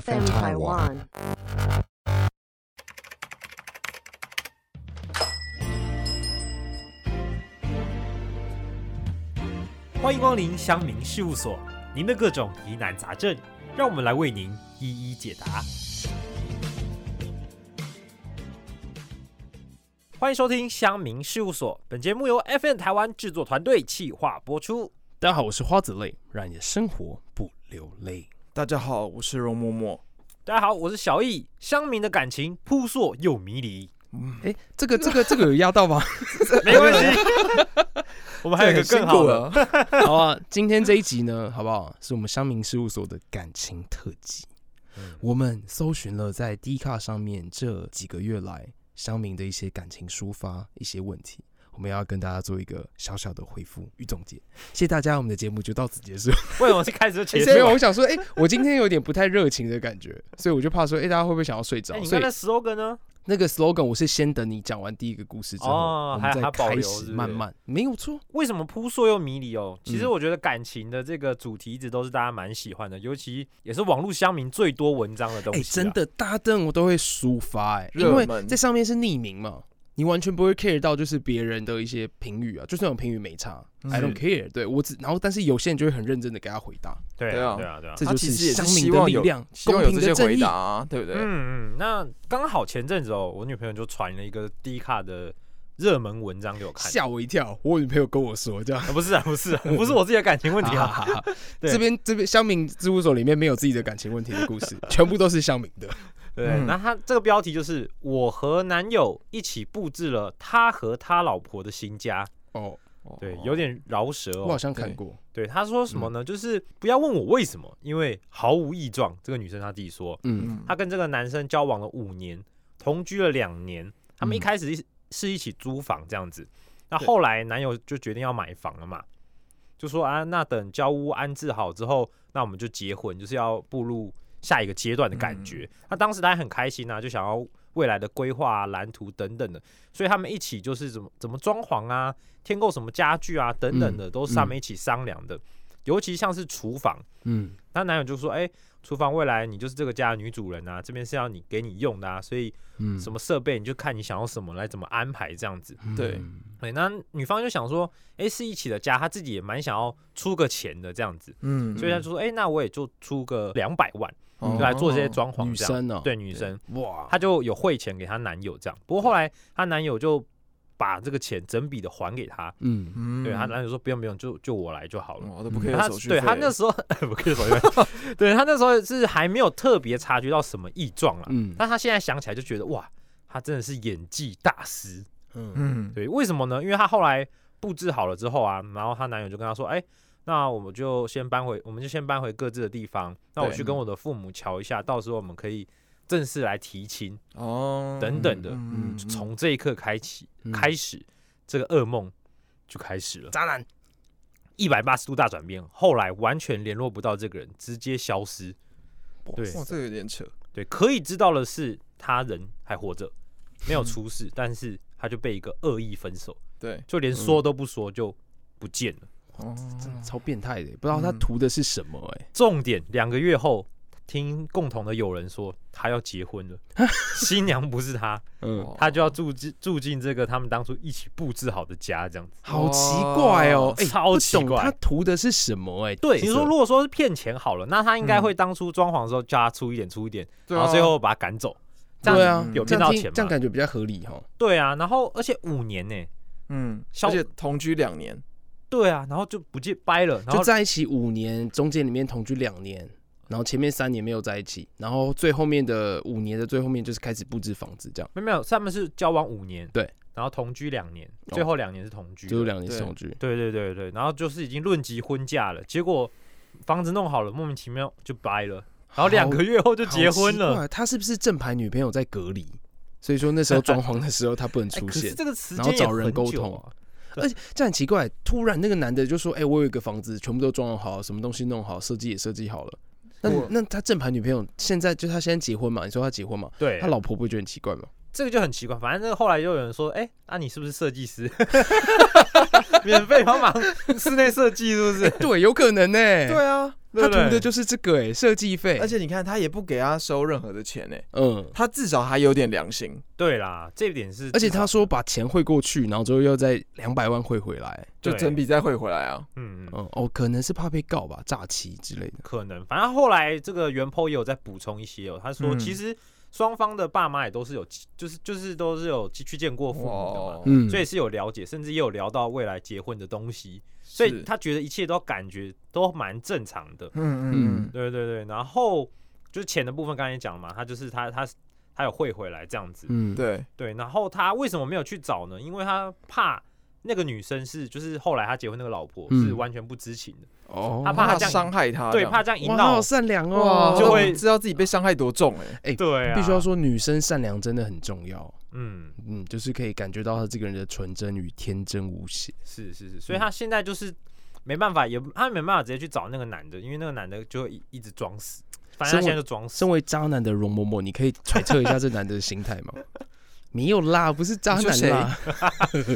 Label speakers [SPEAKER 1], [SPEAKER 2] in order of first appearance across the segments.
[SPEAKER 1] FM Taiwan.
[SPEAKER 2] 欢迎光临乡民事务所，您的各种疑难杂症，让我们来为您一一解答。欢迎收听乡民事务所，本节目由 FN 台湾制作团队企划播出。
[SPEAKER 3] 大家好，我是花子泪，让你的生活不流泪。
[SPEAKER 4] 大家好，我是容嬷嬷。
[SPEAKER 2] 大家好，我是小易。乡民的感情扑朔又迷离，
[SPEAKER 3] 哎、这个这个这个有压到吗？
[SPEAKER 2] 没关系， 我 们还有一个更好 的。
[SPEAKER 4] 的，
[SPEAKER 3] 好啊，今天这一集呢，好不好？是我们乡民事务所的感情特辑。
[SPEAKER 2] 嗯
[SPEAKER 3] 我们搜寻了在 D 卡上面这几个月来乡民的一些感情抒发、一些问题，我们要跟大家做一个小小的回复与总结。谢谢大家，我们的节目就到此结 束。
[SPEAKER 2] 为什么是开始就结
[SPEAKER 3] 没
[SPEAKER 2] 束
[SPEAKER 3] 有，
[SPEAKER 2] 了？
[SPEAKER 3] 我想说，哎、我今天有点不太热情的感觉，所以我就怕说，哎、大家会不会想要睡着？
[SPEAKER 2] 哎，你
[SPEAKER 3] 所
[SPEAKER 2] 刚
[SPEAKER 3] 以
[SPEAKER 2] 才 slogan 呢？
[SPEAKER 3] 那个 slogan 我是先等你讲完第一个故事之后，
[SPEAKER 2] 哦
[SPEAKER 3] 我们
[SPEAKER 2] 还还
[SPEAKER 3] 再
[SPEAKER 2] 保
[SPEAKER 3] 开
[SPEAKER 2] 留是
[SPEAKER 3] 始
[SPEAKER 2] 不是
[SPEAKER 3] 慢慢，没有错。
[SPEAKER 2] 为什么扑朔又迷离哦？其实
[SPEAKER 3] 嗯
[SPEAKER 2] 我觉得感情的这个主题一直都是大家蛮喜欢的，尤其也是网络乡民最多文章的东西、啊
[SPEAKER 3] 哎、真，的，大灯我都会抒发、哎，因
[SPEAKER 4] 热
[SPEAKER 3] 为
[SPEAKER 4] 门
[SPEAKER 3] 在上面是匿名嘛，你完全不会 care 到就是别人的一些评语啊，就算有评语没差，I don't care 对我只然后，但是有些人就会很认真的给他回答，
[SPEAKER 2] 对
[SPEAKER 4] 对
[SPEAKER 2] 啊，
[SPEAKER 4] 啊
[SPEAKER 2] 对啊，对啊。
[SPEAKER 3] 这
[SPEAKER 4] 他
[SPEAKER 3] 就
[SPEAKER 4] 其实也是
[SPEAKER 3] 乡
[SPEAKER 4] 希
[SPEAKER 3] 民的
[SPEAKER 4] 望
[SPEAKER 3] 力
[SPEAKER 4] 有
[SPEAKER 3] 量，
[SPEAKER 4] 希望
[SPEAKER 3] 公
[SPEAKER 4] 有
[SPEAKER 3] 平
[SPEAKER 4] 这
[SPEAKER 3] 的
[SPEAKER 4] 些
[SPEAKER 3] 正
[SPEAKER 4] 回
[SPEAKER 3] 义
[SPEAKER 4] 答、。啊，对不对？
[SPEAKER 2] 嗯嗯，那刚好前阵子哦，我女朋友就传了一个低卡的热门文章给我看，
[SPEAKER 3] 吓我一跳，我女朋友跟我说这样。
[SPEAKER 2] 啊、不是啊，不 是、啊，不是我自己的感 情问题
[SPEAKER 3] 哈
[SPEAKER 2] 啊，
[SPEAKER 3] 哈哈哈
[SPEAKER 2] 对
[SPEAKER 3] 这边这边乡民事务所里面没有自己的感情问题的故事，全部都是乡民的。
[SPEAKER 2] 对，
[SPEAKER 4] 嗯
[SPEAKER 2] 那他这个标题就是我和男友一起布置了他和他老婆的新家，
[SPEAKER 3] 哦，嗯
[SPEAKER 2] 对，有点饶舌
[SPEAKER 3] 我好
[SPEAKER 2] 哦。
[SPEAKER 3] 像看
[SPEAKER 4] 对
[SPEAKER 3] 过。
[SPEAKER 2] 对，他说什么呢？就是不要问我为什么，因为毫无异状。这个女生她自己说，
[SPEAKER 3] 嗯
[SPEAKER 4] 嗯，
[SPEAKER 2] 她跟这个男生交往了五年，同居了两年，他们一
[SPEAKER 3] 嗯
[SPEAKER 2] 开始一是一起租房这样子，那后来男友就决定要买房了嘛，就说啊，那等交屋安置好之后，那我们就结婚，就是要步入下一个阶段的感
[SPEAKER 3] 嗯
[SPEAKER 2] 觉。那当时他很开心啊，就想要未来的规划、啊、蓝图等等的，所以他们一起就是怎么怎么装潢啊，添购什么家具啊等等的，都是他们一起商量的，尤其像是厨房。
[SPEAKER 3] 嗯，
[SPEAKER 2] 那男友就说：“哎、厨房未来你就是这个家的女主人啊，这边是要你给你用的啊，所以
[SPEAKER 3] 嗯
[SPEAKER 2] 什么设备你就看你想要什么来怎么安排这样子。
[SPEAKER 4] 对
[SPEAKER 2] 对，那女方就想说：哎、是一起的家，她自己也蛮想要出个钱的这样子，
[SPEAKER 4] 嗯
[SPEAKER 2] 所以她就说：哎、那我也就出个两百万，
[SPEAKER 4] 哦
[SPEAKER 2] 就来做这些装
[SPEAKER 3] 女
[SPEAKER 2] 潢这样。
[SPEAKER 3] 生哦，
[SPEAKER 2] 对女生，
[SPEAKER 3] 哇，
[SPEAKER 2] 她就有汇钱给她男友这样。不过后来她男友就把这个钱整笔的还给她，
[SPEAKER 3] 嗯，
[SPEAKER 4] 嗯
[SPEAKER 2] 对她男友说：不用不用，就就我来就好了。
[SPEAKER 4] 我都不可以
[SPEAKER 2] 他
[SPEAKER 4] 手续
[SPEAKER 2] 对
[SPEAKER 4] 费
[SPEAKER 2] 他那时候不可以手续费对他那时候是还没有特别察觉到什么异状啦，
[SPEAKER 3] 嗯
[SPEAKER 2] 但他现在想起来就觉得哇，他真的是演技大师。
[SPEAKER 3] 嗯
[SPEAKER 4] 嗯
[SPEAKER 2] 对，为什么呢？因为他后来布置好了之后啊，然后她男友就跟她说，哎、那我们就先搬回，我们就先搬回各自的地方。那我
[SPEAKER 4] 对
[SPEAKER 2] 去跟我的父母瞧一下，到时候我们可以正式来提亲
[SPEAKER 4] 哦
[SPEAKER 2] 等等的。
[SPEAKER 4] 嗯
[SPEAKER 3] 嗯
[SPEAKER 2] 从这一刻开启，
[SPEAKER 3] 嗯
[SPEAKER 2] 开始这个噩梦就开始了。
[SPEAKER 3] 渣男，
[SPEAKER 2] 一百八十度大转变，后来完全联络不到这个人，直接消失。对
[SPEAKER 4] 哇，这个有点扯，
[SPEAKER 2] 对，可以知道的是，他人还活着，没
[SPEAKER 4] 嗯
[SPEAKER 2] 有出事，但是他就被一个恶意分手，
[SPEAKER 4] 对，
[SPEAKER 2] 就连
[SPEAKER 3] 嗯
[SPEAKER 2] 说都不说就不见了。
[SPEAKER 4] 哦，
[SPEAKER 3] 真的超变态的，不知
[SPEAKER 2] 嗯
[SPEAKER 3] 道他图的是什么哎，
[SPEAKER 2] 重点，两个月后，听共同的友人说，他要结婚 了，新娘不是他，
[SPEAKER 3] 嗯，
[SPEAKER 4] 哦
[SPEAKER 2] 他就要住进住进这个他们当初一起布置好的家，这样子。
[SPEAKER 3] 好奇怪哦，哎，
[SPEAKER 2] 超
[SPEAKER 3] 不
[SPEAKER 2] 奇
[SPEAKER 3] 懂
[SPEAKER 2] 怪
[SPEAKER 3] 他图的是什么哎？
[SPEAKER 2] 对，
[SPEAKER 3] 其
[SPEAKER 2] 你
[SPEAKER 3] 实
[SPEAKER 2] 说如果说是骗钱好了，那他应该
[SPEAKER 4] 嗯
[SPEAKER 2] 会当初装潢的时候叫他出一点出一点，
[SPEAKER 4] 对
[SPEAKER 2] 然
[SPEAKER 4] 啊
[SPEAKER 2] 后最后把他赶走。这
[SPEAKER 3] 对
[SPEAKER 2] 样
[SPEAKER 3] 啊，
[SPEAKER 2] 有
[SPEAKER 3] 这
[SPEAKER 2] 骗
[SPEAKER 3] 样
[SPEAKER 2] 到
[SPEAKER 3] 听
[SPEAKER 2] 钱
[SPEAKER 3] 这样
[SPEAKER 2] 吗？
[SPEAKER 3] 感觉比较合理哈，
[SPEAKER 2] 对啊，然后而且五年呢，
[SPEAKER 4] 嗯，
[SPEAKER 2] 消
[SPEAKER 4] 而且同居两年，
[SPEAKER 2] 对啊，然后就不见掰了，然
[SPEAKER 3] 就
[SPEAKER 2] 后
[SPEAKER 3] 在一起五年，中间里面同居两年。然后前面三年没有在一起，然后最后面的五年的最后面就是开始布置房子，这样
[SPEAKER 2] 没有没有，他们是交往五年，
[SPEAKER 3] 对，
[SPEAKER 2] 然后同居两年，
[SPEAKER 3] 哦
[SPEAKER 2] 最后两年是同居的，
[SPEAKER 3] 就是两年是
[SPEAKER 4] 对
[SPEAKER 3] 同居。
[SPEAKER 2] 对对对对，然后就是已经论及婚嫁了，结果房子弄好了，莫名其妙就掰了，然后两个月后就结婚
[SPEAKER 3] 好奇
[SPEAKER 2] 了。
[SPEAKER 3] 怪。他是不是正牌女朋友在隔离？所以说那时 候装潢的时候他不能
[SPEAKER 2] 哎
[SPEAKER 3] 出
[SPEAKER 2] 可
[SPEAKER 3] 现
[SPEAKER 2] 是。这个时
[SPEAKER 3] 然后
[SPEAKER 2] 间也
[SPEAKER 3] 找人
[SPEAKER 2] 很
[SPEAKER 3] 沟
[SPEAKER 2] 久
[SPEAKER 3] 通
[SPEAKER 2] 啊，
[SPEAKER 3] 这样很奇怪，突然那个男的就说：“哎、我有一个房子，全部都装好，什么东西弄好，设计也设计好了。”那
[SPEAKER 4] 我
[SPEAKER 3] 那他正牌女朋友现在就他现在结婚嘛？你说他结婚嘛？
[SPEAKER 2] 对
[SPEAKER 3] 他，老婆不会觉得很奇怪吗？
[SPEAKER 2] 这个就很奇怪。反正那个后来就有人说，哎，那你是不是设计师？ 免费帮忙室内设计是不是？
[SPEAKER 3] 对，有可能呢、
[SPEAKER 4] 对啊，
[SPEAKER 3] 他
[SPEAKER 2] 对不对
[SPEAKER 3] 图的就是这个哎、设计费，
[SPEAKER 4] 而且你看，他也不给他收任何的钱呢，
[SPEAKER 3] 嗯，
[SPEAKER 4] 他至少还有点良心。
[SPEAKER 2] 对啦，这一点是至少，
[SPEAKER 3] 而且他说把钱汇过去，然后之后又再两百万汇回来，
[SPEAKER 4] 就
[SPEAKER 2] 对
[SPEAKER 4] 整笔再汇回来啊。
[SPEAKER 2] 嗯，嗯
[SPEAKER 3] 嗯，哦，可能是怕被告吧，诈欺之类的。
[SPEAKER 2] 可能，反正后来这个袁坡也有在补充一些哦，他说
[SPEAKER 4] 嗯
[SPEAKER 2] 其实双方的爸妈也都是有，就是就是都是有去见过父母的嘛
[SPEAKER 4] 哇，，
[SPEAKER 3] 嗯，
[SPEAKER 2] 所以是有了解，甚至也有聊到未来结婚的东西，所以
[SPEAKER 4] 是
[SPEAKER 2] 他觉得一切都感觉都蛮正常的。
[SPEAKER 4] 嗯嗯嗯，
[SPEAKER 2] 对对对，然后就是钱的部分，刚才也讲了嘛，他就是他他他有汇回来这样子，
[SPEAKER 3] 嗯，
[SPEAKER 4] 对，
[SPEAKER 2] 对，然后他为什么没有去找呢？因为他怕那个女生是就是后来他结婚那个老婆
[SPEAKER 3] 嗯
[SPEAKER 2] 是完全不知情的，
[SPEAKER 3] 哦
[SPEAKER 2] 他怕他这样
[SPEAKER 4] 伤害他，
[SPEAKER 2] 对，
[SPEAKER 4] 这样
[SPEAKER 2] 怕这样引
[SPEAKER 3] 哇，他
[SPEAKER 2] 导
[SPEAKER 3] 好，善良
[SPEAKER 4] 哇，
[SPEAKER 3] 哦，
[SPEAKER 2] 就
[SPEAKER 4] 就
[SPEAKER 2] 会
[SPEAKER 4] 会知道自己被伤害多重哎。
[SPEAKER 2] 对啊，
[SPEAKER 3] 必须要，说女生善良真的很重要。
[SPEAKER 2] 嗯，
[SPEAKER 3] 嗯，就是可以感觉到他这个人的纯真与天真无邪。
[SPEAKER 2] 是是是，所以他现在就是没办法，也他没办法直接去找那个男的，因为那个男的就会一一直装死，反正他现在就装死
[SPEAKER 3] 身，为渣男的容嬷嬷，你可以揣测一下这男的心态吗？ 没有啦，不是渣
[SPEAKER 4] 你说
[SPEAKER 3] 男
[SPEAKER 4] 谁
[SPEAKER 3] 啦，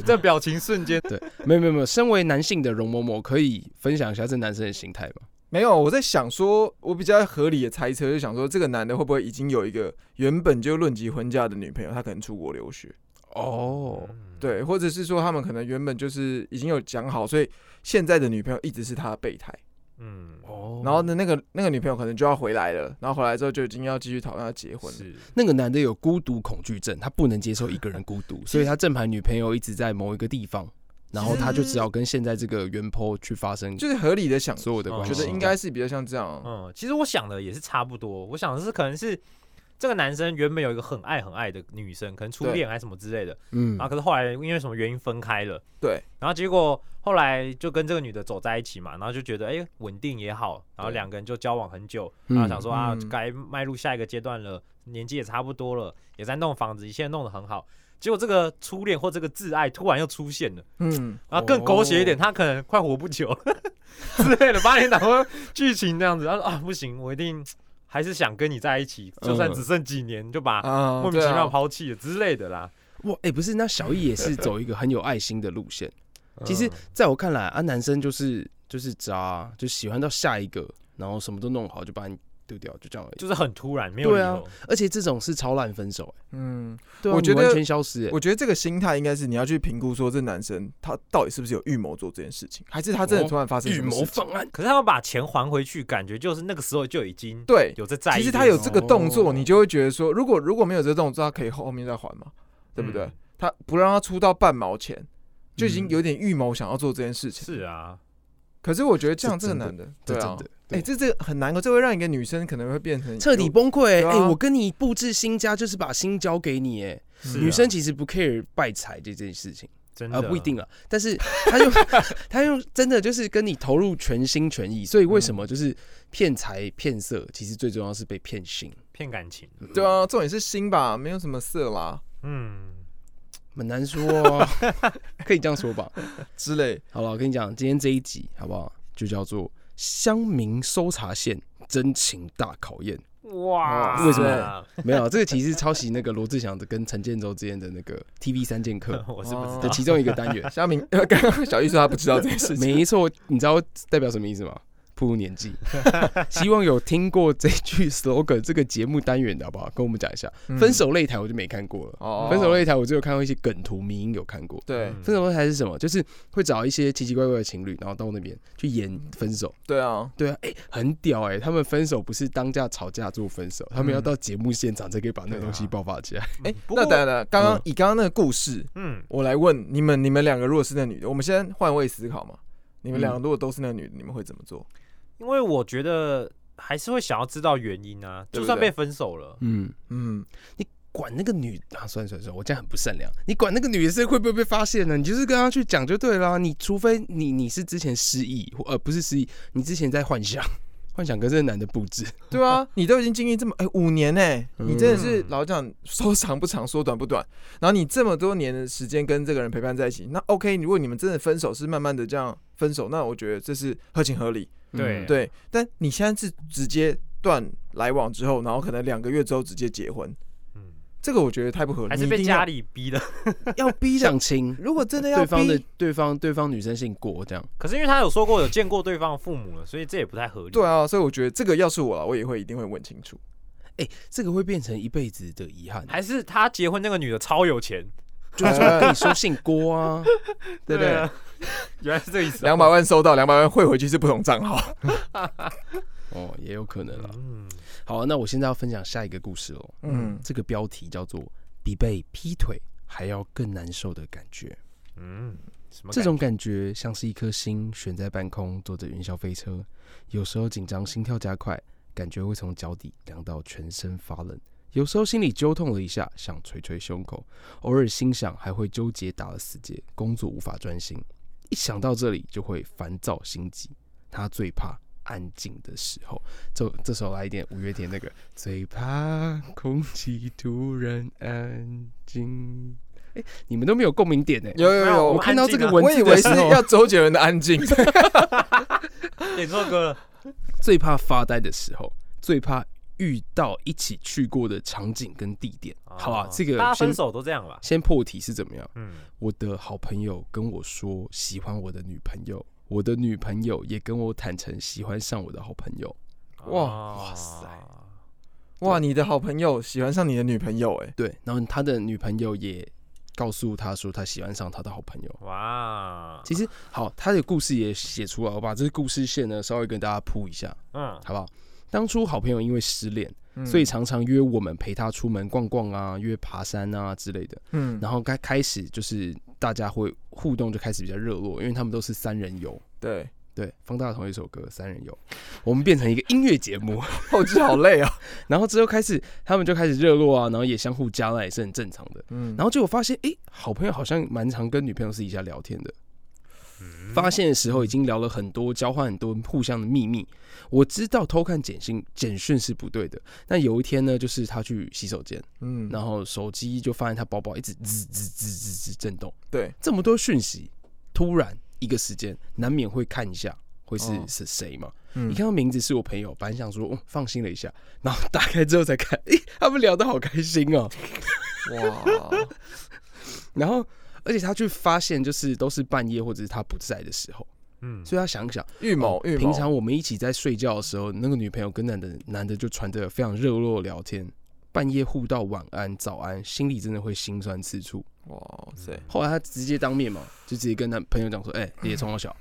[SPEAKER 2] 这表情瞬间，
[SPEAKER 3] 对，没有没有没有。身为男性的容嬷嬷，可以分享一下这男生的心态吗？
[SPEAKER 4] 没有，我在想说，我比较合理的猜测，就想说这个男的会不会已经有一个原本就论及婚嫁的女朋友，他可能出国留学，
[SPEAKER 3] 哦，
[SPEAKER 2] 嗯，
[SPEAKER 4] 对，或者是说他们可能原本就是已经有讲好，所以现在的女朋友一直是他的备胎，
[SPEAKER 2] 嗯，
[SPEAKER 3] 哦
[SPEAKER 4] 然后呢，那个那个女朋友可能就要回来了，然后回来之后就已经要继续讨论要结婚了，
[SPEAKER 2] 是，
[SPEAKER 3] 那个男的有孤独恐惧症，他不能接受一个人孤独，所以他正牌女朋友一直在某一个地方，然后他就只好跟现在这个原 po 去发生
[SPEAKER 4] 就是合理的想，
[SPEAKER 3] 所有的关
[SPEAKER 4] 觉
[SPEAKER 3] 系。
[SPEAKER 4] 得应该是比较像这样哦，
[SPEAKER 2] 嗯，其实我想的也是差不多，我想的是可能是这个男生原本有一个很爱很爱的女生，可能初
[SPEAKER 4] 对
[SPEAKER 2] 恋还是什么之类的，
[SPEAKER 3] 嗯
[SPEAKER 4] 啊
[SPEAKER 2] 然后可是后来因为什么原因分开了，
[SPEAKER 4] 对，
[SPEAKER 2] 然后结果后来就跟这个女的走在一起嘛，然后就觉得哎稳定也好，然后
[SPEAKER 4] 对
[SPEAKER 2] 两个人就交往很久，
[SPEAKER 3] 嗯
[SPEAKER 2] 然后想说啊
[SPEAKER 4] 嗯
[SPEAKER 2] 该迈入下一个阶段了，年纪也差不多了，也在弄房子，一切弄得很好，结果这个初恋或这个挚爱突然又出现了。
[SPEAKER 4] 嗯，
[SPEAKER 2] 然后更狗血一点，
[SPEAKER 3] 哦
[SPEAKER 2] 他可能快活不久 了之类的八点档或剧情这样子。他说啊，不行，我一定还是想跟你在一起，就算只剩几年，就把
[SPEAKER 4] 啊，
[SPEAKER 2] 莫名
[SPEAKER 4] 对
[SPEAKER 2] 其
[SPEAKER 4] 啊
[SPEAKER 2] 妙抛弃了之类的啦。
[SPEAKER 3] 哇，哎、不是，那小易也是走一个很有爱心的路线。其实
[SPEAKER 2] 嗯，
[SPEAKER 3] 在我看来啊，男生就是就是渣，就喜欢到下一个，然后什么都弄好就把你丢掉，就这样而已。
[SPEAKER 2] 就是很突然，没有理
[SPEAKER 3] 对啊
[SPEAKER 2] 由。
[SPEAKER 3] 而且这种是超烂分手、欸，
[SPEAKER 4] 嗯，
[SPEAKER 3] 对啊，
[SPEAKER 4] 我觉得
[SPEAKER 3] 你完全消失、欸，
[SPEAKER 4] 我觉得这个心态应该是你要去评估说这男生他到底是不是有预谋做这件事情，还是他真的突然发
[SPEAKER 3] 哦
[SPEAKER 4] 生
[SPEAKER 3] 预
[SPEAKER 4] 什么
[SPEAKER 3] 谋
[SPEAKER 4] 事情
[SPEAKER 3] 方案。
[SPEAKER 2] 可是他们把钱还回去，感觉就是那个时候就已经
[SPEAKER 4] 对，
[SPEAKER 2] 有在在意这
[SPEAKER 4] 其
[SPEAKER 2] 件
[SPEAKER 4] 实
[SPEAKER 2] 事。
[SPEAKER 4] 他有这个动
[SPEAKER 3] 哦
[SPEAKER 4] 作，你就会觉得说，如果如果没有这个动作，他可以后后面再还嘛，对不对？
[SPEAKER 2] 嗯
[SPEAKER 4] 他不让他出到半毛钱，就已经有点预谋想要做这件事情。
[SPEAKER 2] 是啊，
[SPEAKER 4] 可是我觉得这样
[SPEAKER 3] 这
[SPEAKER 4] 这
[SPEAKER 3] 真
[SPEAKER 4] 个
[SPEAKER 3] 的
[SPEAKER 4] 男的，
[SPEAKER 3] 这
[SPEAKER 4] 对
[SPEAKER 3] 真
[SPEAKER 4] 啊
[SPEAKER 3] 的，
[SPEAKER 4] 哎、
[SPEAKER 3] 对
[SPEAKER 4] 这这个很难过，这会让一个女生可能会变成
[SPEAKER 3] 彻底崩溃、欸，
[SPEAKER 4] 对
[SPEAKER 3] 哎、
[SPEAKER 4] 啊
[SPEAKER 3] 我跟你布置新家就是把心交给你、欸，
[SPEAKER 4] 是
[SPEAKER 3] 哎，
[SPEAKER 4] 啊
[SPEAKER 3] 女生其实不 care 败财这件事情
[SPEAKER 2] 真
[SPEAKER 3] 啊、
[SPEAKER 2] 的
[SPEAKER 3] 不一定了，但是她 用她用真的就是跟你投入全心全意，所以为什么就是骗财骗色，其实最重要是被骗心。
[SPEAKER 2] 骗感情。
[SPEAKER 4] 有对啊，重点是心吧，没有什么色啦
[SPEAKER 2] 嗯，
[SPEAKER 3] 很难说、哦，可以这样说吧。
[SPEAKER 4] 之类。
[SPEAKER 3] 好了，我跟你讲，今天这一集好不好？就叫做《乡民搜查线真情大考验
[SPEAKER 2] 哇，
[SPEAKER 3] 为什么？》。没有，这个其实是抄袭那个罗志祥的跟陈建州之间的那个 TV 三剑客
[SPEAKER 2] 我是不知
[SPEAKER 4] 哦
[SPEAKER 2] 道
[SPEAKER 3] 的。其中一个单 元。
[SPEAKER 4] 小明，刚刚小玉说他不知道这件事情，
[SPEAKER 3] 没错，你知道代表什么意思吗？步入年纪，希望有听过这句 slogan 这个节目单元的好不好？跟我们讲一下。
[SPEAKER 4] 嗯
[SPEAKER 3] 分手擂台我就没看过了，
[SPEAKER 4] 哦
[SPEAKER 3] 分手擂台我只有看过一些梗图、迷音有看过。
[SPEAKER 4] 对
[SPEAKER 2] 嗯
[SPEAKER 3] 分手擂台是什么？就是会找一些奇奇怪怪的情侣，然后到那边去演分手。
[SPEAKER 4] 对啊，
[SPEAKER 3] 对啊，哎、很屌哎、他们分手不是当下吵架做分手，他们
[SPEAKER 4] 嗯
[SPEAKER 3] 要到节目现场才可以把那个东
[SPEAKER 4] 啊
[SPEAKER 3] 西爆发起来。
[SPEAKER 2] 哎，不
[SPEAKER 4] 那
[SPEAKER 2] 过
[SPEAKER 4] 等等等，刚刚、
[SPEAKER 3] 嗯
[SPEAKER 4] 以刚刚那个故事，
[SPEAKER 2] 嗯，
[SPEAKER 4] 我来问你们，你们两个如果是那女的，我们先换位思考嘛。你们两个如果都是那女的，你们会怎么做？
[SPEAKER 2] 因为我觉得还是会想要知道原因啊，
[SPEAKER 4] 对
[SPEAKER 2] 就
[SPEAKER 4] 不
[SPEAKER 2] 算
[SPEAKER 4] 对
[SPEAKER 2] 被分手了。
[SPEAKER 3] 嗯，
[SPEAKER 4] 嗯，
[SPEAKER 3] 管那个女啊，算了算了算了，我这样很不善良。你管那个女生会不会被发现呢？你就是跟她去讲就对啦。你除非你你是之前失忆，或呃不是失忆，你之前在幻想， 幻想跟这个男的布置。
[SPEAKER 4] 对啊，你都已经经历这么哎五、年呢、你真的
[SPEAKER 2] 哦
[SPEAKER 4] 是
[SPEAKER 2] 嗯
[SPEAKER 4] 老实讲说长不长，说短不短。然后你这么多年的时间跟这个人陪伴在一起，那 OK，如果你们真的分手是慢慢的这样分手，那我觉得这是合情合理。
[SPEAKER 2] 对
[SPEAKER 4] 嗯对，但你现在是直接断来往之后，然后可能两个月之后直接结婚，
[SPEAKER 2] 嗯，
[SPEAKER 4] 这个我觉得太不合理，
[SPEAKER 2] 还是
[SPEAKER 4] 你
[SPEAKER 2] 被
[SPEAKER 4] 一定要
[SPEAKER 2] 家里逼的。
[SPEAKER 4] 要逼的。
[SPEAKER 3] 相亲，
[SPEAKER 4] 如果真的要
[SPEAKER 3] 对方的
[SPEAKER 4] 逼，
[SPEAKER 3] 对方对方女生姓郭这样，
[SPEAKER 2] 可是因为他有说过有见过对方的父母了，所以这也不太合理。
[SPEAKER 4] 对啊，所以我觉得这个要是我了，我也会一定会问清 楚。
[SPEAKER 3] 这个会变成一辈子的遗憾。
[SPEAKER 2] 还是他结婚那个女的超有钱，
[SPEAKER 3] 就是说跟你说姓郭 啊，
[SPEAKER 4] 对不对
[SPEAKER 2] 啊？ 原来是这个意思啊。
[SPEAKER 4] 两百万收到，两百万汇回去是不同账号。
[SPEAKER 3] 哦，也有可能啊。
[SPEAKER 2] 嗯，
[SPEAKER 3] 好，那我现在要分享下一个故事喽。
[SPEAKER 4] 嗯
[SPEAKER 3] 这个标题叫做“比被劈腿还要更难受的感觉”。
[SPEAKER 2] 嗯，什么感
[SPEAKER 3] 这种感觉像是一颗心悬在半空，坐着云霄飞车。有时候紧张，心跳加快，感觉会从脚底凉到全身发冷；有时候心里揪痛了一下，想捶捶胸口；偶尔心想还会纠结打了死结，工作无法专心。一想到这里就会烦躁心急。他最怕安静的时候。这这时候来一点五月天那个最怕空气突然安静。哎，你们都没有共鸣点呢、 欸
[SPEAKER 4] 有有
[SPEAKER 2] 没有
[SPEAKER 4] 有，
[SPEAKER 3] 我
[SPEAKER 4] 我
[SPEAKER 3] 看到这个
[SPEAKER 2] 安静啊
[SPEAKER 3] 文
[SPEAKER 4] 我
[SPEAKER 3] 字
[SPEAKER 4] 以
[SPEAKER 3] 的
[SPEAKER 4] 为
[SPEAKER 3] 时
[SPEAKER 4] 是
[SPEAKER 3] 候，
[SPEAKER 4] 要周杰伦的安 静。
[SPEAKER 2] 点这首歌 了？
[SPEAKER 3] 最怕发呆的时候，最怕遇到一起去过的场景跟地点。好啊
[SPEAKER 2] 哦，
[SPEAKER 3] 这个
[SPEAKER 2] 大家分
[SPEAKER 3] 先
[SPEAKER 2] 手都这样吧。
[SPEAKER 3] 先破题是怎么样？
[SPEAKER 2] 嗯，
[SPEAKER 3] 我的好朋友跟我说喜欢我的女朋友，我的女朋友也跟我坦诚喜欢上我的好朋友。
[SPEAKER 4] 哇
[SPEAKER 2] 哦
[SPEAKER 3] 哇塞，
[SPEAKER 4] 哇，你的好朋友喜欢上你的女朋友、哎，
[SPEAKER 3] 对，然后他的女朋友也告诉他说他喜欢上他的好朋友。
[SPEAKER 2] 哇，
[SPEAKER 3] 其实好，他的故事也写出来，我把这个故事线呢稍微跟大家铺一下，
[SPEAKER 2] 嗯
[SPEAKER 3] 好不好？当初好朋友因为失恋，
[SPEAKER 4] 嗯
[SPEAKER 3] 所以常常约我们陪他出门逛逛啊，约爬山啊之类的。
[SPEAKER 4] 嗯
[SPEAKER 3] 然后该开始就是大家会互动，就开始比较热络，因为他们都是三人游。
[SPEAKER 4] 对，
[SPEAKER 3] 对，方大同一首歌《三人游》，我们变成一个音乐节 目，
[SPEAKER 4] 后期好累啊。
[SPEAKER 3] 然后之后开始，他们就开始热络啊，然后也相互加赖也是很正常的。
[SPEAKER 4] 嗯
[SPEAKER 3] 然后结果发现，哎、好朋友好像蛮常跟女朋友私底下聊天的。
[SPEAKER 2] 嗯
[SPEAKER 3] 发现的时候已经聊了很多，交换很多互相的秘密。我知道偷看简讯简讯是不对的。那有一天呢，就是他去洗手间，
[SPEAKER 4] 嗯
[SPEAKER 3] 然后手机就发现他包包一直吱吱吱吱吱震动，
[SPEAKER 4] 嗯对，
[SPEAKER 3] 这么多讯息，突然一个时间，难免会看一下会是
[SPEAKER 4] 哦
[SPEAKER 3] 是谁嘛？
[SPEAKER 4] 嗯
[SPEAKER 3] 你看到名字是我朋友，本来想说、哦、放心了一下，然后打开之后才看， 诶、他们聊得好开心哦、
[SPEAKER 4] 哇，
[SPEAKER 3] 然后，而且他去发现，就是都是半夜或者是他不在的时候，
[SPEAKER 2] 嗯，
[SPEAKER 3] 所以他想想，
[SPEAKER 4] 预谋
[SPEAKER 3] 哦
[SPEAKER 4] 预谋，
[SPEAKER 3] 平常我们一起在睡觉的时候，那个女朋友跟男的男的就传着非常热络聊天，半夜互道晚安、早安，心里真的会心酸刺触。
[SPEAKER 4] 哇塞，
[SPEAKER 3] 后来他直接当面嘛，就直接跟男朋友讲说：“哎、你也从我 小。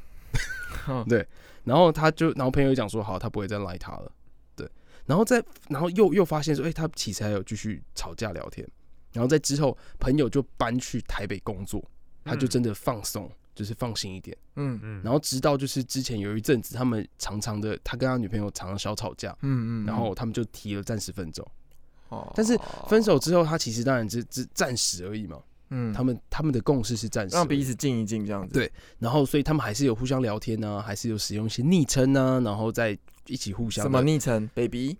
[SPEAKER 4] 嗯”
[SPEAKER 3] 对，然后他就，然后朋友就讲说：“好，他不会再赖他了。”对，然后再，然后又又发现说：“哎、他其实还有继续吵架聊天。”然后在之后，朋友就搬去台北工作，他就真的放松，就是放心一点。
[SPEAKER 4] 嗯
[SPEAKER 2] 嗯，
[SPEAKER 3] 然后直到就是之前有一阵子，他们常常的，他跟他女朋友常常小吵架，
[SPEAKER 4] 嗯嗯，
[SPEAKER 3] 然后他们就提了暂时分手。
[SPEAKER 4] 哦
[SPEAKER 3] 但是分手之后，他其实当然只只暂时而已嘛，
[SPEAKER 4] 嗯
[SPEAKER 3] 他们他们的共识是暂时而已，
[SPEAKER 4] 让彼此静一静这样子，
[SPEAKER 3] 对然后所以他们还是有互相聊天啊，还是有使用一些昵称啊，然后再一起互相
[SPEAKER 4] 什么昵称？baby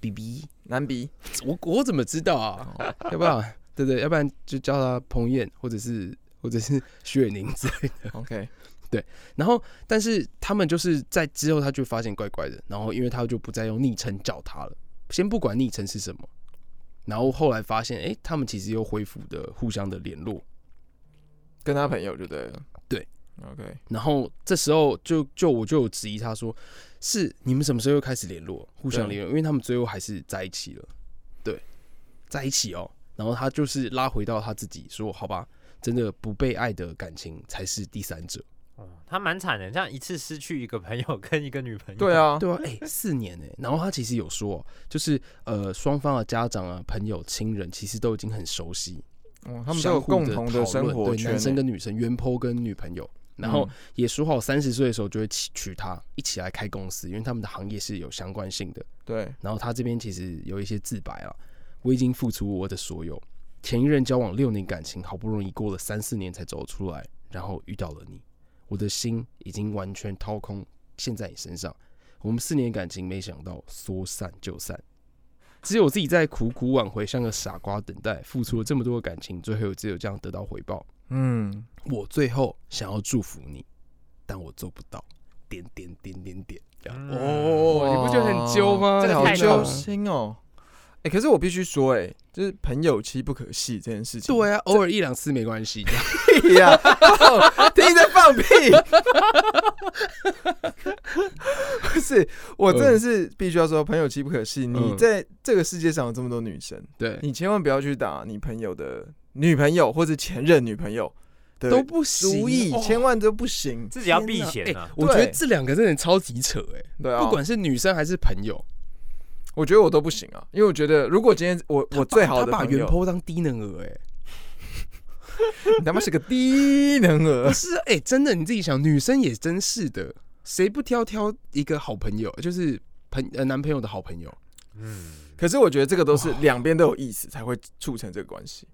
[SPEAKER 3] B B，
[SPEAKER 4] 男鼻，
[SPEAKER 3] 我我怎么知道啊？
[SPEAKER 4] 哦
[SPEAKER 3] 要不然对对，要不然就叫他彭燕或者是或者是薛宁之类的。
[SPEAKER 4] OK，
[SPEAKER 3] 然后但是他们就是在之后他就发现怪怪的，然后因为他就不再用昵称叫他了，先不管昵称是什么，然后后来发现哎，他们其实又恢复的互相的联络，
[SPEAKER 4] 跟他朋友就对了。
[SPEAKER 3] 对
[SPEAKER 4] ，OK，
[SPEAKER 3] 然后这时候就就我就有质疑他说，是你们什么时候又开始联络，互
[SPEAKER 4] 啊
[SPEAKER 3] 相联络？因为他们最后还是在一起了，对，在一起哦。然后他就是拉回到他自己说，好吧，真的不被爱的感情才是第三者。
[SPEAKER 2] 哦他蛮惨的，这样一次失去一个朋友 跟一个女朋友。
[SPEAKER 4] 对，啊，
[SPEAKER 3] 对啊，哎、四年
[SPEAKER 4] 欸
[SPEAKER 3] 哎、然后他其实有说，就是呃，双方的家长啊、朋友、亲人，其实都已经很熟悉，
[SPEAKER 4] 哦他们都有
[SPEAKER 3] 相互
[SPEAKER 4] 共同的
[SPEAKER 3] 讨
[SPEAKER 4] 生
[SPEAKER 3] 论
[SPEAKER 4] 活
[SPEAKER 3] 对，
[SPEAKER 4] 圈
[SPEAKER 3] 男生
[SPEAKER 4] 欸，嗯
[SPEAKER 3] 跟女生，原 po 跟女朋友，然后也说好三十岁的时候就会娶娶她，一起来开公司，因为他们的行业是有相关性的。
[SPEAKER 4] 对，
[SPEAKER 3] 然后他这边其实有一些自白啊，我已经付出我的所有，前一任交往六年感情，好不容易过了三四年才走出来，然后遇到了你，我的心已经完全掏空，现在你身上。我们四年感情，没想到说散就散，只有我自己在苦苦挽回，像个傻瓜等待，付出了这么多的感情，最后只有这样得到回报。
[SPEAKER 4] 嗯，
[SPEAKER 3] 我最后想要祝福你，但我做不到。点点点点点，这样哦
[SPEAKER 2] 嗯
[SPEAKER 4] 哦
[SPEAKER 3] 哦，你不觉得很揪吗？
[SPEAKER 2] 这个
[SPEAKER 4] 好
[SPEAKER 2] 太
[SPEAKER 3] 好揪
[SPEAKER 4] 揪
[SPEAKER 2] 痛了
[SPEAKER 4] 心哦。哎、可是我必须说、哎，就是朋友妻不可戏这件事情。
[SPEAKER 3] 对啊，偶尔一两次没关系。
[SPEAKER 4] 屁呀、放听你在放屁。不是，我真的是必须要说，朋友妻不可戏。你
[SPEAKER 3] 嗯
[SPEAKER 4] 在这个世界上有这么多女生，
[SPEAKER 3] 对，
[SPEAKER 4] 你千万不要去打你朋友的女朋友或者前任女朋友的
[SPEAKER 3] 都不行，
[SPEAKER 4] 主意，
[SPEAKER 3] 哦
[SPEAKER 4] 千万都不行。
[SPEAKER 2] 自己要避嫌啊
[SPEAKER 3] 哎。我觉得
[SPEAKER 4] 对
[SPEAKER 3] 这两个真的超级扯哎、
[SPEAKER 4] 对啊，
[SPEAKER 3] 不管是女生还是朋友，
[SPEAKER 4] 我觉得我都不行啊，因为我觉得如果今天我我最好的
[SPEAKER 3] 他把
[SPEAKER 4] 朋
[SPEAKER 3] 原
[SPEAKER 4] 友，
[SPEAKER 3] 坡当低能儿哎、
[SPEAKER 4] 你他妈是个低能儿
[SPEAKER 3] 不。是哎、真的你自己想，女生也真是的，谁不挑挑一个好朋友，就是朋呃男朋友的好朋友？
[SPEAKER 2] 嗯，
[SPEAKER 4] 可是我觉得这个都是两边都有意思才会促成这个关系，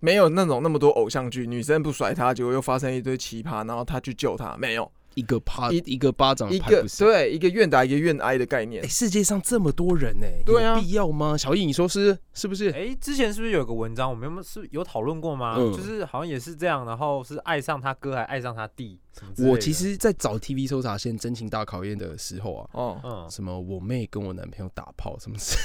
[SPEAKER 4] 没有那种那么多偶像剧，女生不甩他，结果又发生一堆奇葩，然后他去救她，没有
[SPEAKER 3] 一个啪
[SPEAKER 4] 一
[SPEAKER 3] 一个巴掌
[SPEAKER 4] 一
[SPEAKER 3] 拍
[SPEAKER 4] 个
[SPEAKER 3] 哦不响。
[SPEAKER 4] 对一个愿打一个愿挨的概念
[SPEAKER 3] 哎、。世界上这么多人呢、
[SPEAKER 4] 对啊
[SPEAKER 3] 有必要吗？小易，你说是是不是？
[SPEAKER 2] 哎，之前是不是有个文章，我们有没有是有讨论过吗？
[SPEAKER 3] 嗯
[SPEAKER 2] 就是好像也是这样，然后是爱上他哥还爱上他弟什么之类的
[SPEAKER 3] 我其实，在找 TV 搜查线真情大考验的时候啊，
[SPEAKER 4] 哦，
[SPEAKER 2] 嗯，
[SPEAKER 3] 什么我妹跟我男朋友打炮，什么事？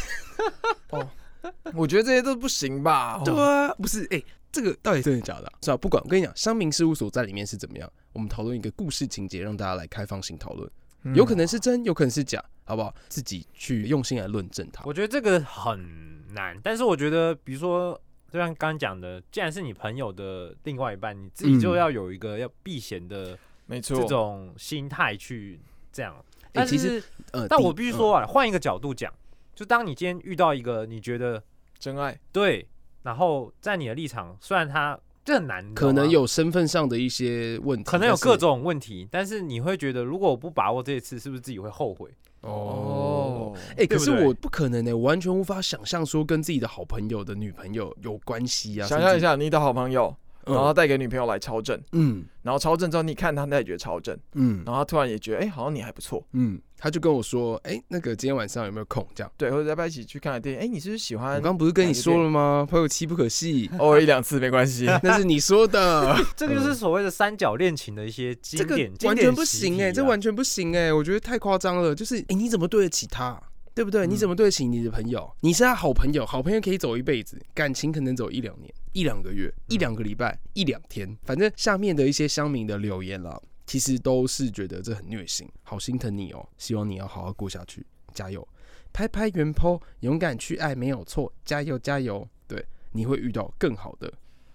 [SPEAKER 4] 我觉得这些都不行吧？哦
[SPEAKER 3] 对啊，不是哎、这个 到底真的假的啊、是啊，不管我跟你讲，乡民事务所在里面是怎么样，我们讨论一个故事情节，让大家来开放性讨论，
[SPEAKER 4] 嗯
[SPEAKER 3] 有可能是真，有可能是假，好不好？自己去用心来论证它。
[SPEAKER 2] 我觉得这个很难，但是我觉得，比如说，就像刚刚讲的，既然是你朋友的另外一半，你自己就
[SPEAKER 3] 嗯
[SPEAKER 2] 要有一个要避嫌的
[SPEAKER 4] 没
[SPEAKER 2] 这
[SPEAKER 4] 错，
[SPEAKER 2] 种心态去这样。
[SPEAKER 3] 哎
[SPEAKER 2] 但
[SPEAKER 3] 其实
[SPEAKER 2] 是，
[SPEAKER 3] 呃，
[SPEAKER 2] 但
[SPEAKER 3] 第
[SPEAKER 2] 我必须，说啊，换一个角度讲，就当你今天遇到一个你觉得
[SPEAKER 4] 真爱
[SPEAKER 2] 对，然后在你的立场，虽然他这很难，你知
[SPEAKER 3] 嗯
[SPEAKER 2] 道
[SPEAKER 3] 可能
[SPEAKER 2] 吗。
[SPEAKER 3] 有身份上的一些问题，
[SPEAKER 2] 可能有
[SPEAKER 3] 但是
[SPEAKER 2] 各种问题，但是你会觉得，如果我不把握这一次，是不是自己会后悔？
[SPEAKER 3] 哦。。哎、
[SPEAKER 2] 对
[SPEAKER 3] 可
[SPEAKER 2] 不
[SPEAKER 3] 是
[SPEAKER 2] 对
[SPEAKER 3] 我不可能呢、我完全无法想象说跟自己的好朋友的女朋友有关系啊。
[SPEAKER 4] 想象一
[SPEAKER 3] 甚至，
[SPEAKER 4] 下，你的好朋友，然后带给女朋友来超正，
[SPEAKER 3] 嗯
[SPEAKER 4] 然后超正之后，你看他，他也觉得超正，
[SPEAKER 3] 嗯嗯
[SPEAKER 4] 然后他突然也觉得，哎、好像你还不错，
[SPEAKER 3] 嗯，他就跟我说，哎、那个今天晚上有没有空？这样，
[SPEAKER 4] 对，或者要不要一起去看个电影？哎、你是不是喜
[SPEAKER 3] 我
[SPEAKER 4] 欢
[SPEAKER 3] 刚？刚不是跟
[SPEAKER 4] 哪
[SPEAKER 3] 你
[SPEAKER 4] 一个
[SPEAKER 3] 说了吗？朋友妻不可戏。
[SPEAKER 4] 偶尔一两次没 关系。
[SPEAKER 3] 那是你说的，
[SPEAKER 2] 这个就是所谓的三角恋情的一些经
[SPEAKER 3] 嗯这个
[SPEAKER 2] 典，
[SPEAKER 3] 完
[SPEAKER 2] 经
[SPEAKER 3] 全
[SPEAKER 2] 典
[SPEAKER 3] 不
[SPEAKER 2] 习
[SPEAKER 3] 行
[SPEAKER 2] 题
[SPEAKER 3] 哎、
[SPEAKER 2] 啊
[SPEAKER 3] 这完全不行哎、我觉得太夸张了。就是哎、诶你怎么对得起他？对不对？
[SPEAKER 4] 嗯
[SPEAKER 3] 你怎么对得起你的朋友？你是他好朋友，好朋友可以走一辈子，感情可能走一两年、一两个月、一两个礼拜、一两天，反正下面的一些乡民的留言啦，其实都是觉得这很虐心，好心疼你哦，希望你要好好过下去，加油！拍拍原坡，勇敢去爱没有错，加油加油！对，你会遇到更好的。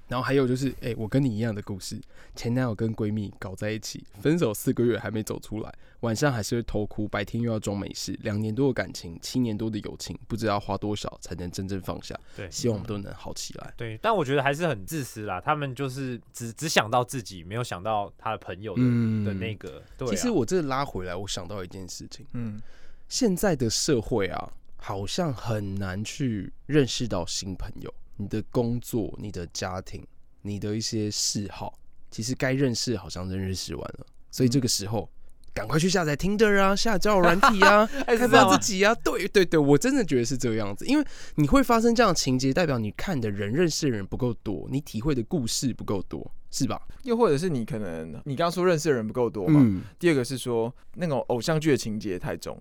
[SPEAKER 3] 然后还有就是，哎、我跟你一样的故事，前男友跟闺蜜搞在一起，分手四个月还没走出来，晚上还是会偷哭，白天又要装没事，两年多的感情，七年多的友情，不知道要花多少才能真正放下。
[SPEAKER 2] 对
[SPEAKER 3] 希望我们都能好起来。
[SPEAKER 2] 对，但我觉得还是很自私啦。他们就是只只想到自己，没有想到他的朋友的、
[SPEAKER 3] 嗯
[SPEAKER 2] 的那个。对、啊，
[SPEAKER 3] 其实我这拉回来，我想到一件事情，
[SPEAKER 4] 嗯，
[SPEAKER 3] 现在的社会啊，好像很难去认识到新朋友。你的工作、你的家庭、你的一些嗜好，其实该认识好像都认识完了，所
[SPEAKER 2] 嗯
[SPEAKER 3] 以这个时候。赶快去下载 Tinder 啊，下交友软体啊，
[SPEAKER 2] 哎
[SPEAKER 3] 开
[SPEAKER 2] 是这样
[SPEAKER 3] 发
[SPEAKER 2] 吗
[SPEAKER 3] 自己啊！对对对，我真的觉得是这个样子，因为你会发生这样的情节，代表你看的人、认识的人不够多，你体会的故事不够多，是吧？
[SPEAKER 4] 又或者是你可能你刚刚说认识的人不够多嘛？
[SPEAKER 3] 嗯，
[SPEAKER 4] 第二个是说那种偶像剧的情节太重，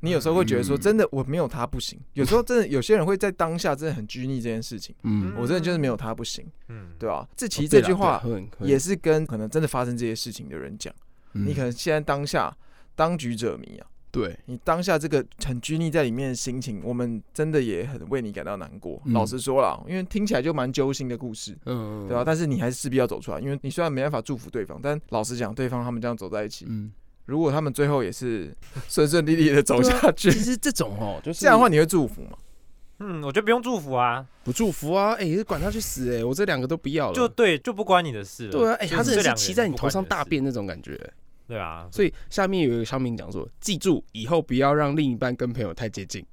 [SPEAKER 4] 你有时候会觉得说
[SPEAKER 3] 嗯
[SPEAKER 4] 真的我没有他不行。有时候真的有些人会在当下真的很拘泥这件事情，
[SPEAKER 3] 嗯，
[SPEAKER 4] 我真的就是没有他不行，
[SPEAKER 2] 嗯，
[SPEAKER 4] 对吧、这
[SPEAKER 3] 哦
[SPEAKER 4] 其实这句话
[SPEAKER 3] 很
[SPEAKER 4] 也是跟可能真的发生这些事情的人讲，
[SPEAKER 3] 嗯
[SPEAKER 4] 你可能现在当下当局者迷啊。
[SPEAKER 3] 对，
[SPEAKER 4] 你当下这个很拘泥在里面的心情，我们真的也很为你感到难过。
[SPEAKER 3] 嗯
[SPEAKER 4] 老实说啦，因为听起来就蛮揪心的故事。
[SPEAKER 3] 嗯，
[SPEAKER 4] 对啊，，但是你还是势必要走出来，因为你虽然没办法祝福对方，但老实讲，对方他们这样走在一起，
[SPEAKER 3] 嗯，
[SPEAKER 4] 如果他们最后也是 顺顺利利的走下 去，
[SPEAKER 3] 啊其实这种哦， 就是
[SPEAKER 4] 这样的话你会祝福吗？
[SPEAKER 2] 嗯，我觉得不用祝福啊，
[SPEAKER 3] 不祝福啊，哎、管他去死哎、我这两个都不要了。
[SPEAKER 2] 就对，就不关你的事了。
[SPEAKER 3] 对啊，哎、
[SPEAKER 2] 就
[SPEAKER 3] 他真
[SPEAKER 2] 这
[SPEAKER 3] 的是
[SPEAKER 2] 两个
[SPEAKER 3] 骑
[SPEAKER 2] 人
[SPEAKER 3] 在
[SPEAKER 2] 就
[SPEAKER 3] 你
[SPEAKER 2] 不
[SPEAKER 3] 头
[SPEAKER 2] 关
[SPEAKER 3] 上
[SPEAKER 2] 的
[SPEAKER 3] 大
[SPEAKER 2] 事，
[SPEAKER 3] 便那种感觉。
[SPEAKER 2] 对啊，
[SPEAKER 3] 所以下面有一个商品讲说，记住以后不要让另一半跟朋友太接近。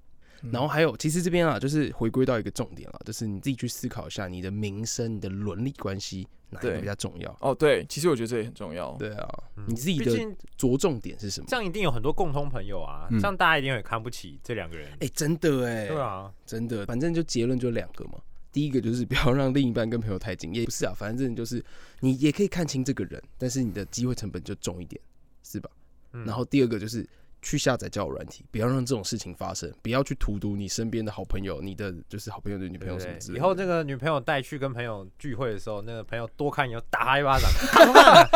[SPEAKER 3] 然后还有，其实这边啊，就是回归到一个重点了，就是你自己去思考一下你的名声、你的伦理关系哪一个
[SPEAKER 4] 对
[SPEAKER 3] 比较重要。
[SPEAKER 4] 哦，对，其实我觉得这也很重要。
[SPEAKER 3] 对啊，
[SPEAKER 2] 嗯
[SPEAKER 3] 你自己
[SPEAKER 2] 毕
[SPEAKER 3] 的
[SPEAKER 2] 竟
[SPEAKER 3] 着重点是什么
[SPEAKER 2] 这？样一定有很多共同朋友啊，
[SPEAKER 3] 嗯
[SPEAKER 2] 这样大家一定会看不起这两个人。
[SPEAKER 3] 哎、真的哎、
[SPEAKER 2] 对啊，
[SPEAKER 3] 真的，反正就结论就两个嘛。第一个就是不要让另一半跟朋友太近，也不是啊，反正就是你也可以看清这个人，但是你的机会成本就重一点，是吧？
[SPEAKER 2] 嗯
[SPEAKER 3] 然后第二个就是去下载交友软体，不要让这种事情发生，不要去荼毒你身边的好朋友，你的就是好朋友的女
[SPEAKER 2] 对
[SPEAKER 3] 朋友
[SPEAKER 2] 不
[SPEAKER 3] 什么
[SPEAKER 2] 对
[SPEAKER 3] 之？类的。
[SPEAKER 2] 以后那个女朋友带去跟朋友聚会的时候，那个朋友多看以后打他一巴 掌，啊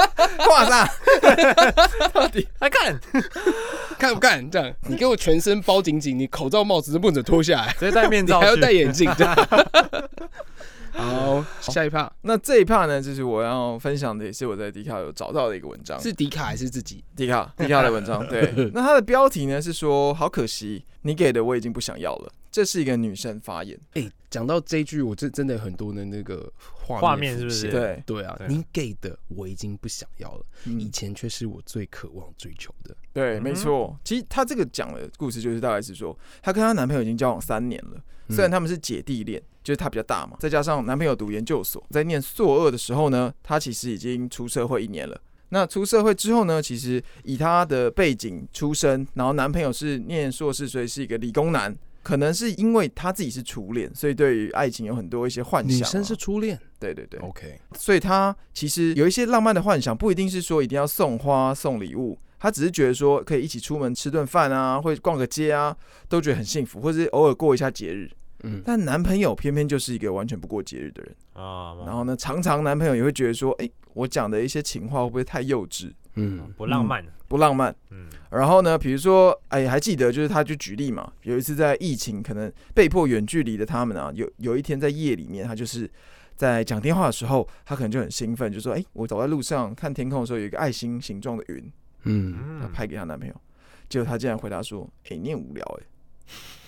[SPEAKER 4] 挂上，
[SPEAKER 2] 来干，
[SPEAKER 3] 干不干？这样，你给我全身包紧紧，你口罩、帽子都不准脱 下来，
[SPEAKER 2] 直接戴面
[SPEAKER 3] 你
[SPEAKER 2] 罩
[SPEAKER 3] 还要
[SPEAKER 2] 去
[SPEAKER 3] 戴。眼镜。这样好，下一趴
[SPEAKER 4] 那这一 part 呢，就是我要分享的，也是我在迪卡有找到的一个文章，
[SPEAKER 3] 是迪卡还是自己？
[SPEAKER 4] 迪卡迪卡的文章。 对，那它的标题呢是说，好可惜，你给的我已经不想要了。这是一个女生发言，
[SPEAKER 3] 哎、讲到这一句，我真真的有很多的那个画
[SPEAKER 2] 画面是不
[SPEAKER 3] 浮
[SPEAKER 2] 是
[SPEAKER 3] 现
[SPEAKER 4] 对，
[SPEAKER 3] 对啊，
[SPEAKER 2] 对
[SPEAKER 3] 你给的我已经不想要了，以
[SPEAKER 4] 嗯，
[SPEAKER 3] 前却是我最渴望追求的。
[SPEAKER 4] 对，没错。其实她这个讲的故事就是大概是说，她跟她男朋友已经交往三年了，
[SPEAKER 3] 嗯
[SPEAKER 4] 虽然他们是姐弟恋，就是她比较大嘛，再加上男朋友读研究所，在念硕二的时候呢，她其实已经出社会一年了。那出社会之后呢，其实以她的背景出身，然后男朋友是念硕士，所以是一个理工男。可能是因为她自己是初恋，所以对于爱情有很多一些幻
[SPEAKER 3] 女
[SPEAKER 4] 想啊、
[SPEAKER 3] 生是初恋
[SPEAKER 4] 对对对，
[SPEAKER 3] ，OK，
[SPEAKER 4] 所以她其实有一些浪漫的幻想，不一定是说一定要送花送礼物，她只是觉得说可以一起出门吃顿饭啊，或者逛个街啊，都觉得很幸福，或是偶尔过一下节日。
[SPEAKER 3] 嗯，
[SPEAKER 4] 但男朋友偏偏就是一个完全不过节日的人，
[SPEAKER 2] 啊，
[SPEAKER 4] 然后呢，常常男朋友也会觉得说，哎、我讲的一些情话会不会太幼稚、
[SPEAKER 3] 嗯，
[SPEAKER 2] 不浪漫，
[SPEAKER 4] 不浪漫？
[SPEAKER 2] 嗯，
[SPEAKER 4] 然后呢，比如说，哎，还记得就是他就举例嘛，有一次在疫情可能被迫远距离的他们啊，有有一天在夜里面，他就是在讲电话的时候，他可能就很兴奋，就说，哎，我走在路上看天空的时候，有一个爱心形状的云，
[SPEAKER 3] 嗯，
[SPEAKER 4] 他
[SPEAKER 2] 嗯，
[SPEAKER 4] 拍给她男朋友，结果他竟然回答说，哎，你很无聊哎、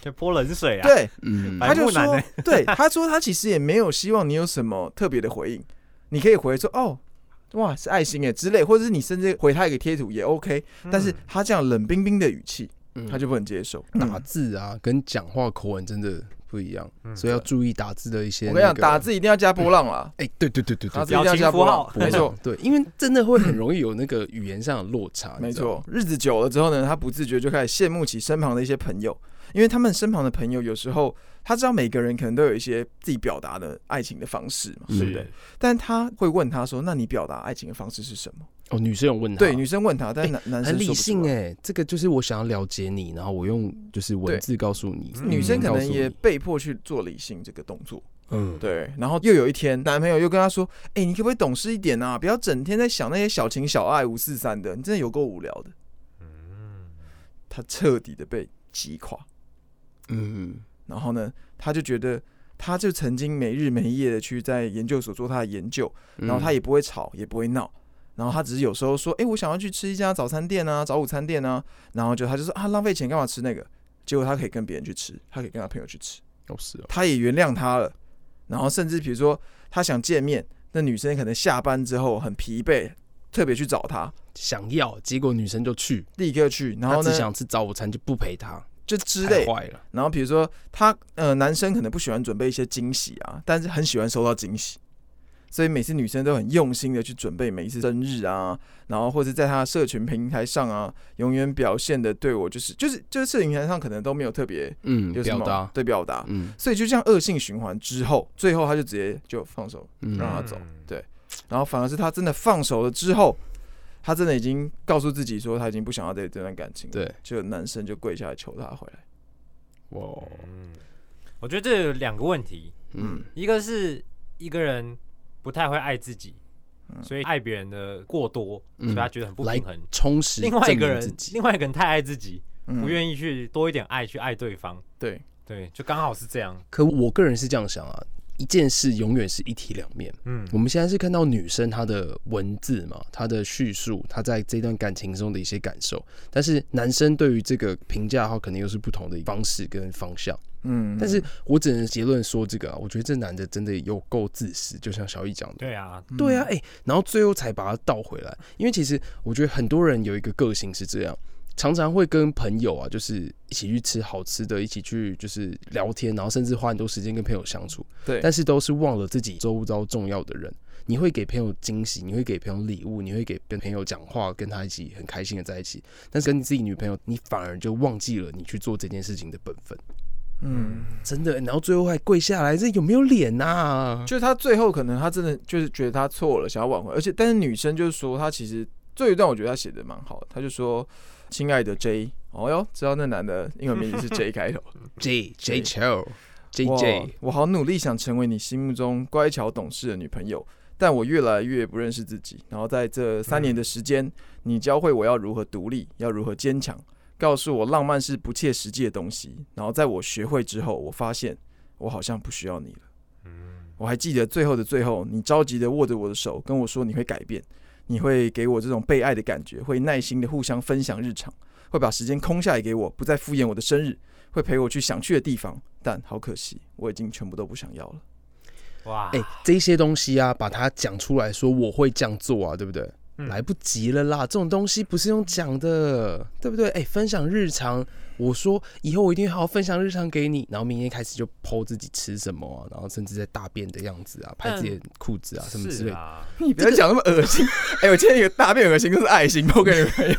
[SPEAKER 2] 就泼冷水啊，
[SPEAKER 4] 对，
[SPEAKER 3] 嗯，
[SPEAKER 2] 白
[SPEAKER 4] 他就
[SPEAKER 2] 木男
[SPEAKER 4] 说
[SPEAKER 2] 欸，
[SPEAKER 4] 对，他说他其实也没有希望你有什么特别的回应，你可以回说哦，哇是爱心哎之类，或者是你甚至回他一个贴图也 OK，
[SPEAKER 2] 嗯
[SPEAKER 4] 但是他这样冷冰冰的语气，
[SPEAKER 3] 嗯
[SPEAKER 4] 他就不能接受。
[SPEAKER 3] 打字啊，跟讲话口吻真的不一样，
[SPEAKER 2] 嗯
[SPEAKER 3] 所以要注意打字的一些、
[SPEAKER 4] 我
[SPEAKER 3] 那
[SPEAKER 4] 跟你讲，
[SPEAKER 3] 个
[SPEAKER 4] 打，字一定要加波浪啦，
[SPEAKER 3] 哎、对对对对
[SPEAKER 4] 打
[SPEAKER 3] 对
[SPEAKER 4] 字一定要加波浪
[SPEAKER 2] 表，
[SPEAKER 3] 对，
[SPEAKER 4] 没 错。
[SPEAKER 3] 对，因为真的会很容易有那个语言上的落差，
[SPEAKER 4] 没
[SPEAKER 3] 你知道吗，
[SPEAKER 4] 错，日子久了之后呢，他不自觉就开始羡慕起身旁的一些朋友，因为他们身旁的朋友有时候他知道每个人可能都有一些自己表达的爱情的方式嘛，
[SPEAKER 3] 嗯
[SPEAKER 4] 对不对？但他会问他说：“那你表达爱情的方式是什么
[SPEAKER 3] 哦，女生有问？”他，
[SPEAKER 4] 对，女生问他，但
[SPEAKER 3] 哎
[SPEAKER 4] 男男生
[SPEAKER 3] 很理
[SPEAKER 4] 说不出
[SPEAKER 3] 性
[SPEAKER 4] 来
[SPEAKER 3] 哎、这个就是我想要了解你，然后我用就是文字告诉你，
[SPEAKER 2] 嗯
[SPEAKER 4] 女生可
[SPEAKER 3] 告
[SPEAKER 4] 能
[SPEAKER 3] 诉
[SPEAKER 4] 也
[SPEAKER 3] 你
[SPEAKER 4] 被迫去做理性这个动作，
[SPEAKER 3] 嗯，
[SPEAKER 4] 对。然后又有一天，男朋友又跟她说：“哎、你可不可以懂事一点啊？不要整天在想那些小情小爱、五四三的，你真的有够无聊的。
[SPEAKER 2] 嗯，”
[SPEAKER 4] 她彻底的被击垮。
[SPEAKER 3] 嗯，
[SPEAKER 4] 然后呢，她就觉得，她就曾经没日没夜的去在研究所做她的研究，
[SPEAKER 3] 嗯
[SPEAKER 4] 然后她也不会吵，也不会闹。然后她只是有时候说：“哎、我想要去吃一家早餐店啊，早午餐店啊。”然后就她就说：“啊，浪费钱干嘛吃那个？”结果她可以跟别人去吃，她可以跟她朋友去吃。
[SPEAKER 3] 哦是哦，
[SPEAKER 4] 他也原谅他了。然后甚至比如说他想见面，那女生可能下班之后很疲惫，特别去找他，
[SPEAKER 3] 想要，结果女生就去，
[SPEAKER 4] 立刻去，然
[SPEAKER 3] 她
[SPEAKER 4] 后
[SPEAKER 3] 只
[SPEAKER 4] 呢
[SPEAKER 3] 想吃早午餐就不陪她，
[SPEAKER 4] 就之
[SPEAKER 3] 太
[SPEAKER 4] 类。
[SPEAKER 3] 坏了，
[SPEAKER 4] 然后比如说他呃男生可能不喜欢准备一些惊喜啊，但是很喜欢收到惊喜。所以每次女生都很用心的去准备每一次生日啊，然后或者在她的社群平台上啊，永远表现的对我就是就是就是社群平台上可能都没有特别
[SPEAKER 3] 嗯，
[SPEAKER 4] 有什
[SPEAKER 3] 表
[SPEAKER 4] 么
[SPEAKER 3] 达，
[SPEAKER 4] 对啊表达，
[SPEAKER 3] 嗯
[SPEAKER 4] 所以就这样恶性循环之后，最后他就直接就放手
[SPEAKER 3] 嗯，
[SPEAKER 4] 让他
[SPEAKER 2] 嗯
[SPEAKER 4] 走然后反而是他真的放手了之后，他真的已经告诉自己说他已经不想要这这段感情了，
[SPEAKER 3] 对，
[SPEAKER 4] 就男生就跪下来求他回来。
[SPEAKER 3] 哇，
[SPEAKER 4] 哦
[SPEAKER 2] 嗯，我觉得这有两个问题，
[SPEAKER 3] 嗯
[SPEAKER 2] 一个是一个人不太会爱自己，
[SPEAKER 4] 嗯
[SPEAKER 2] 所以爱别人的过多，所
[SPEAKER 3] 嗯
[SPEAKER 2] 以他觉得很不平衡。
[SPEAKER 3] 充实
[SPEAKER 2] 另外一个
[SPEAKER 3] 证明自
[SPEAKER 2] 人，
[SPEAKER 3] 己
[SPEAKER 2] 另外一个人太爱自己，
[SPEAKER 4] 嗯
[SPEAKER 2] 不愿意去多一点爱去爱对方，
[SPEAKER 4] 对，
[SPEAKER 2] 对，就刚好是这样。
[SPEAKER 3] 可我个人是这样想啊，一件事永远是一体两面。
[SPEAKER 2] 嗯
[SPEAKER 3] 我们现在是看到女生她的文字嘛，她的叙述，她在这段感情中的一些感受，但是男生对于这个评价的话，可能又是不同的方式跟方向。
[SPEAKER 4] 嗯
[SPEAKER 3] 但是我只能结论说这个啊，我觉得这男的真的有够自私，就像小易讲的。
[SPEAKER 2] 对啊，
[SPEAKER 4] 嗯
[SPEAKER 3] 对啊，哎、然后最后才把它倒回来，因为其实我觉得很多人有一个个性是这样，常常会跟朋友啊，就是一起去吃好吃的，一起去就是聊天，然后甚至花很多时间跟朋友相处，
[SPEAKER 4] 对
[SPEAKER 3] 但是都是忘了自己周遭重要的人。你会给朋友惊喜，你会给朋友礼物，你会给跟朋友讲话，跟他一起很开心的在一起。但是跟你自己女朋友，你反而就忘记了你去做这件事情的本分，
[SPEAKER 4] 嗯，
[SPEAKER 3] 真的。然后最后还跪下来，这有没有脸呐、啊？
[SPEAKER 4] 就是他最后可能他真的就是觉得他错了，想要挽回，而且但是女生就是说他其实这一段我觉得他写的蛮好的，他就说。亲爱的 J，哦哟，知道那男的英文名字是 J 开头。
[SPEAKER 3] J J Cho
[SPEAKER 4] 哇
[SPEAKER 3] J J，
[SPEAKER 4] 我好努力想成为你心目中乖巧懂事的女朋友，但我越来越不认识自己。然后在这三年的时间，你教会我要如何独立，要如何坚强，告诉我浪漫是不切实际的东西。然后在我学会之后，我发现我好像不需要你了。我还记得最后的最后，你着急的握着我的手，跟我说你会改变，你会给我这种被爱的感觉，会耐心的互相分享日常，会把时间空下来给我，不再敷衍我的生日，会陪我去想去的地方。但好可惜，我已经全部都不想要了。
[SPEAKER 2] 哇，
[SPEAKER 3] 哎，这些东西啊，把它讲出来说我会这样做啊，对不对？
[SPEAKER 2] 嗯
[SPEAKER 3] 来不及了啦，这种东西不是用讲的，对不对？哎，分享日常，我说以后我一定会好好分享日常给你，然后明天开始就剖自己吃什么啊，然后甚至在大便的样子啊，拍
[SPEAKER 2] 嗯
[SPEAKER 3] 自己的裤子啊什么之
[SPEAKER 2] 是
[SPEAKER 3] 类的。
[SPEAKER 2] 啊，
[SPEAKER 4] 你不要讲那么恶心！哎、我今天有个大便恶心，都是爱心，我给女朋友。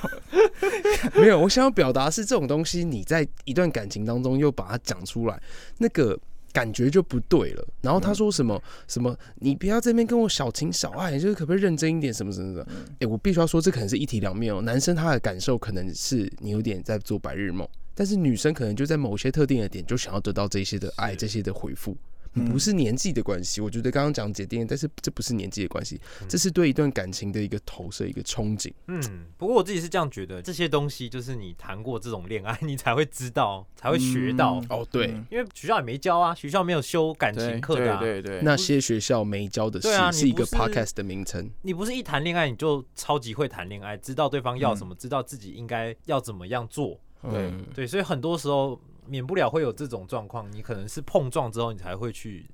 [SPEAKER 3] 没有，我想要表达是这种东西，你在一段感情当中又把它讲出来，那个感觉就不对了。然
[SPEAKER 4] 嗯
[SPEAKER 3] 后他说什么、什么，你不要这边跟我小情小爱，就是可不可以认真一点，什么什么什
[SPEAKER 4] 嗯
[SPEAKER 3] 么。哎、我必须要说，这可能是一体两面哦。男生他的感受可能是你有点在做白日梦，但是女生可能就在某些特定的点就想要得到这些的爱，这些的回复。
[SPEAKER 4] 嗯
[SPEAKER 3] 不是年纪的关系，我觉得刚刚讲姐弟恋，但是这不是年纪的关系，这是对一段感情的一个投射，一个憧憬。
[SPEAKER 2] 嗯，不过我自己是这样觉得，这些东西就是你谈过这种恋爱，你才会知道， 才会学到，
[SPEAKER 4] 嗯
[SPEAKER 3] 哦，对，
[SPEAKER 4] 嗯
[SPEAKER 2] 因为学校也没教啊，学校没有修感情
[SPEAKER 4] 对
[SPEAKER 2] 课的、啊，
[SPEAKER 4] 对对对，
[SPEAKER 3] 那些学校没教的事、
[SPEAKER 2] 对啊你
[SPEAKER 3] 是一个
[SPEAKER 2] 不是
[SPEAKER 3] podcast 的名称。
[SPEAKER 2] 你不是一谈恋爱你就超级会谈恋爱，知道对方要什么，知道自己应该要怎么样做，
[SPEAKER 4] 对
[SPEAKER 3] 嗯
[SPEAKER 2] 对，所以很多时候免不了会有这种状况，你可能是碰撞之后你才会去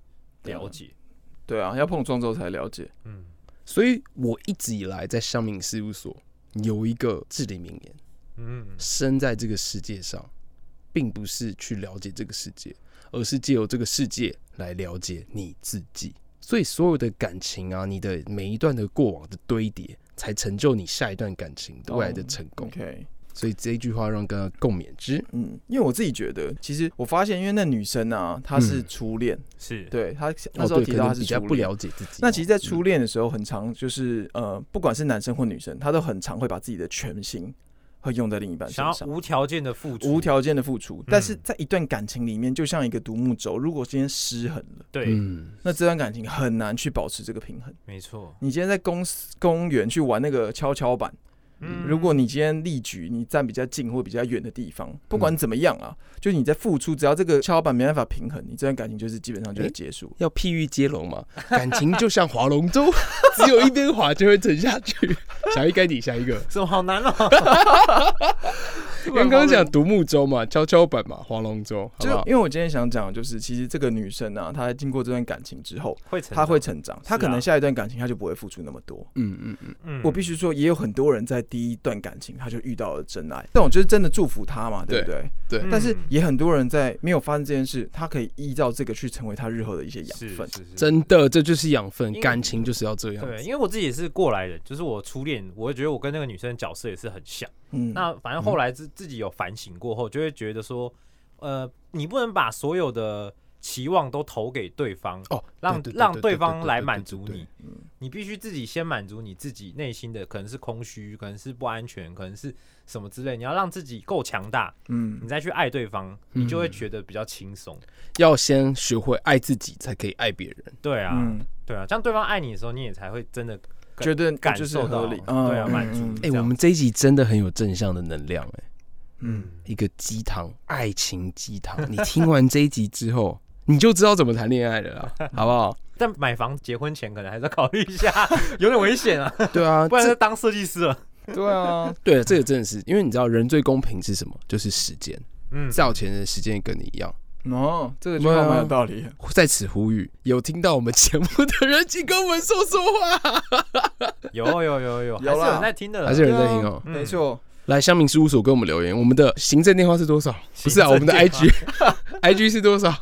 [SPEAKER 2] 了解，
[SPEAKER 4] 对啊，要碰撞之后才了解。
[SPEAKER 2] 嗯，
[SPEAKER 3] 所以我一直以来在香民事务所有一个至理名言：
[SPEAKER 2] 嗯，
[SPEAKER 3] 生在这个世界上，并不是去了解这个世界，而是借由这个世界来了解你自己。所以所有的感情啊，你的每一段的过往的堆叠，才成就你下一段感情未
[SPEAKER 2] 哦
[SPEAKER 3] 来的成功。
[SPEAKER 4] OK，
[SPEAKER 3] 所以这一句话让大家共勉之。
[SPEAKER 4] 嗯，因为我自己觉得，其实我发现，因为那女生啊，她是
[SPEAKER 3] 嗯
[SPEAKER 4] 初恋，
[SPEAKER 2] 是，
[SPEAKER 4] 对她那
[SPEAKER 3] 哦，
[SPEAKER 4] 时候
[SPEAKER 3] 对，
[SPEAKER 4] 提
[SPEAKER 3] 可
[SPEAKER 4] 到她
[SPEAKER 3] 能
[SPEAKER 4] 是
[SPEAKER 3] 比较
[SPEAKER 4] 初
[SPEAKER 3] 不
[SPEAKER 4] 恋
[SPEAKER 3] 了解自己哦。
[SPEAKER 4] 那其实，在
[SPEAKER 3] 嗯
[SPEAKER 4] 初恋的时候，很常就是呃，不管是男生或女生，他都很常会把自己的全心会用在另一半身
[SPEAKER 2] 想要
[SPEAKER 4] 上，
[SPEAKER 2] 无条件的付出，嗯
[SPEAKER 4] 呃无条件的付出。但是在一段感情里面，就像一个独木舟，如果今天失衡了，
[SPEAKER 2] 对，
[SPEAKER 3] 嗯，
[SPEAKER 4] 那这段感情很难去保持这个平衡。
[SPEAKER 2] 没错，
[SPEAKER 4] 你今天在公司公园去玩那个跷跷板，
[SPEAKER 2] 嗯
[SPEAKER 4] 如果你今天立局，你站比较近或比较远的地方，不
[SPEAKER 3] 嗯
[SPEAKER 4] 管怎么样啊，就你在付出，只要这个跷跷板没办法平衡，你这段感情就是基本上就是
[SPEAKER 3] 诶
[SPEAKER 4] 结束。
[SPEAKER 3] 要譬喻接龙嘛，感情就像划龙舟，只有一边划就会沉下去。小一该你下一个，
[SPEAKER 2] 什么好难哦，
[SPEAKER 3] 刚刚讲独木舟嘛，跷跷板嘛，划龙舟，好
[SPEAKER 4] 就
[SPEAKER 3] 不好
[SPEAKER 4] 因？为我今天想讲，的就是其实这个女生啊，她在经过这段感情之后，
[SPEAKER 2] 会成
[SPEAKER 4] 她会
[SPEAKER 2] 长，
[SPEAKER 4] 成长，
[SPEAKER 3] 啊
[SPEAKER 4] 她可能下一段感情她就不会付出那么多。
[SPEAKER 3] 嗯嗯嗯，
[SPEAKER 2] 嗯
[SPEAKER 4] 我必须说，也有很多人在第一段感情他就遇到了真爱，但我就是真的祝福他嘛，对不对？
[SPEAKER 3] 对嗯
[SPEAKER 4] 嗯但
[SPEAKER 2] 嗯
[SPEAKER 4] 是也很多人在没有发生这件事，他可以依照这个去成为他日后的一些养
[SPEAKER 2] 是
[SPEAKER 4] 分。
[SPEAKER 2] 是是
[SPEAKER 3] 真的这就是养分
[SPEAKER 2] 因，为
[SPEAKER 3] 感情就是要这样。
[SPEAKER 2] 对，因为我自己也是过来人，就是我初恋，我会觉得我跟那个女生的角色也是很像。
[SPEAKER 4] 嗯，
[SPEAKER 2] 那反正后来自自己有反省过后，就会觉得说，呃，你不能把所有的期望都投给对方，
[SPEAKER 3] 哦，
[SPEAKER 2] 让
[SPEAKER 3] 对
[SPEAKER 2] 让对方来满足。
[SPEAKER 3] 对对对对对对
[SPEAKER 2] 你，你必须自己先满足你自己内心的，可能是空虚，可能是不安全，可能是什么之类。你要让自己够强大，
[SPEAKER 4] 嗯
[SPEAKER 2] 你，再去爱对方，你就会
[SPEAKER 3] 嗯
[SPEAKER 2] 觉得比较轻松。
[SPEAKER 3] 对要先学会爱自己，才可以爱别人。
[SPEAKER 2] 对啊，
[SPEAKER 4] 嗯，
[SPEAKER 2] 对啊，这样对方爱你的时候，你也才会真的感
[SPEAKER 4] 觉得
[SPEAKER 2] 感
[SPEAKER 4] 就是
[SPEAKER 2] 受
[SPEAKER 4] 合
[SPEAKER 2] 到
[SPEAKER 4] 理，
[SPEAKER 2] 对啊，
[SPEAKER 4] 嗯
[SPEAKER 2] 满足。
[SPEAKER 3] 哎，
[SPEAKER 2] 这
[SPEAKER 3] 我
[SPEAKER 2] 样
[SPEAKER 3] 们这一集真的很有正向的能量，哎，
[SPEAKER 4] 嗯，
[SPEAKER 3] 一个鸡汤，爱情鸡汤。你听完这一集之后， 你就知道怎么谈恋爱了啦，好不好？
[SPEAKER 2] 但买房结婚前可能还是要考虑一下， 有点危险啊，
[SPEAKER 3] 对 啊，
[SPEAKER 2] 不然
[SPEAKER 3] 这
[SPEAKER 2] 就当设计师了。
[SPEAKER 4] 对啊，
[SPEAKER 3] 对了，这个真的是，因为你知道人最公平是什么？就是时间，
[SPEAKER 2] 嗯，
[SPEAKER 3] 再有钱人的时间也跟你一样。
[SPEAKER 4] 哦，这个句
[SPEAKER 3] 对
[SPEAKER 4] 话
[SPEAKER 3] 啊
[SPEAKER 4] 蛮有道理的。
[SPEAKER 3] 在此呼吁，有听到我们节目的人，请跟我们说说话。
[SPEAKER 2] 有有有有，还是有人在听的啦，
[SPEAKER 3] 还是有人在听哦、
[SPEAKER 2] 嗯
[SPEAKER 4] 没错，
[SPEAKER 3] 来，香民事务所给我们留言，我们的行政电话是多少？不是啊，我们的
[SPEAKER 2] 行政
[SPEAKER 3] IG，IG 是多少？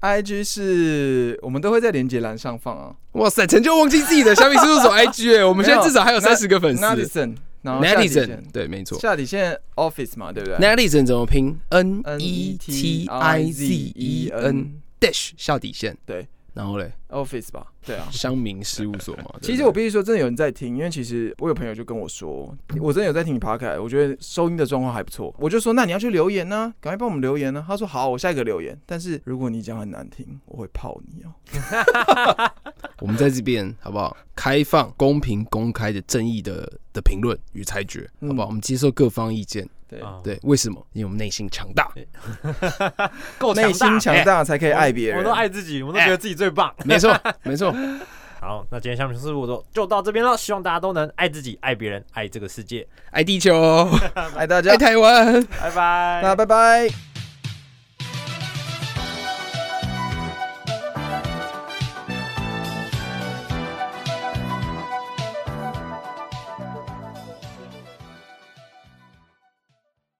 [SPEAKER 4] IG 是我们都会在连接栏上放啊。
[SPEAKER 3] 哇塞，成就忘记自己的香民事务所 IG，、欸、我们现在至少还有三十个粉丝。
[SPEAKER 4] Nadizen，然后
[SPEAKER 3] n a
[SPEAKER 4] 下
[SPEAKER 3] d i
[SPEAKER 4] 底
[SPEAKER 3] z e n
[SPEAKER 4] 线，
[SPEAKER 3] 对，没错。
[SPEAKER 4] 下底线 Office 嘛，对不
[SPEAKER 3] n
[SPEAKER 4] 对
[SPEAKER 3] a d i z e n 怎么拼？N
[SPEAKER 4] ？N
[SPEAKER 3] E T I Z E N dash E 下底线。然后嘞，
[SPEAKER 4] Office 吧，对啊。
[SPEAKER 3] 乡民事务所嘛。对不对
[SPEAKER 4] 其实 我必须说，真的有人在听，因为其实我有朋友就跟我说，我真的有在听你 p o d c a s 我觉得收音的状况还不错。我就说，那你要去留言呢、赶快帮我们留言啊呢、他说好，我下一个留言。但是如果你讲很难听，我会泡你哦、
[SPEAKER 3] 我们在这边好不好？开放、公平、公开的正义的的评论与裁决，好不好？
[SPEAKER 4] 嗯
[SPEAKER 3] 我们接受各方意见。
[SPEAKER 4] 对，
[SPEAKER 2] 啊，
[SPEAKER 3] 对，为什么？因为我们内心强大。
[SPEAKER 2] 够
[SPEAKER 4] 内心强
[SPEAKER 2] 哎
[SPEAKER 4] 大才可以爱别
[SPEAKER 2] 我
[SPEAKER 4] 人。
[SPEAKER 2] 们都爱自己，我们都觉得自己最棒。
[SPEAKER 3] 没错，没错。
[SPEAKER 2] 好，那今天项目事务所就到这边了，希望大家都能爱自己、爱别人、爱这个世界。
[SPEAKER 3] 爱地球，
[SPEAKER 4] 哎
[SPEAKER 2] 哎
[SPEAKER 4] 爱大家
[SPEAKER 3] 爱，台湾。
[SPEAKER 2] 拜拜，
[SPEAKER 4] 那拜拜。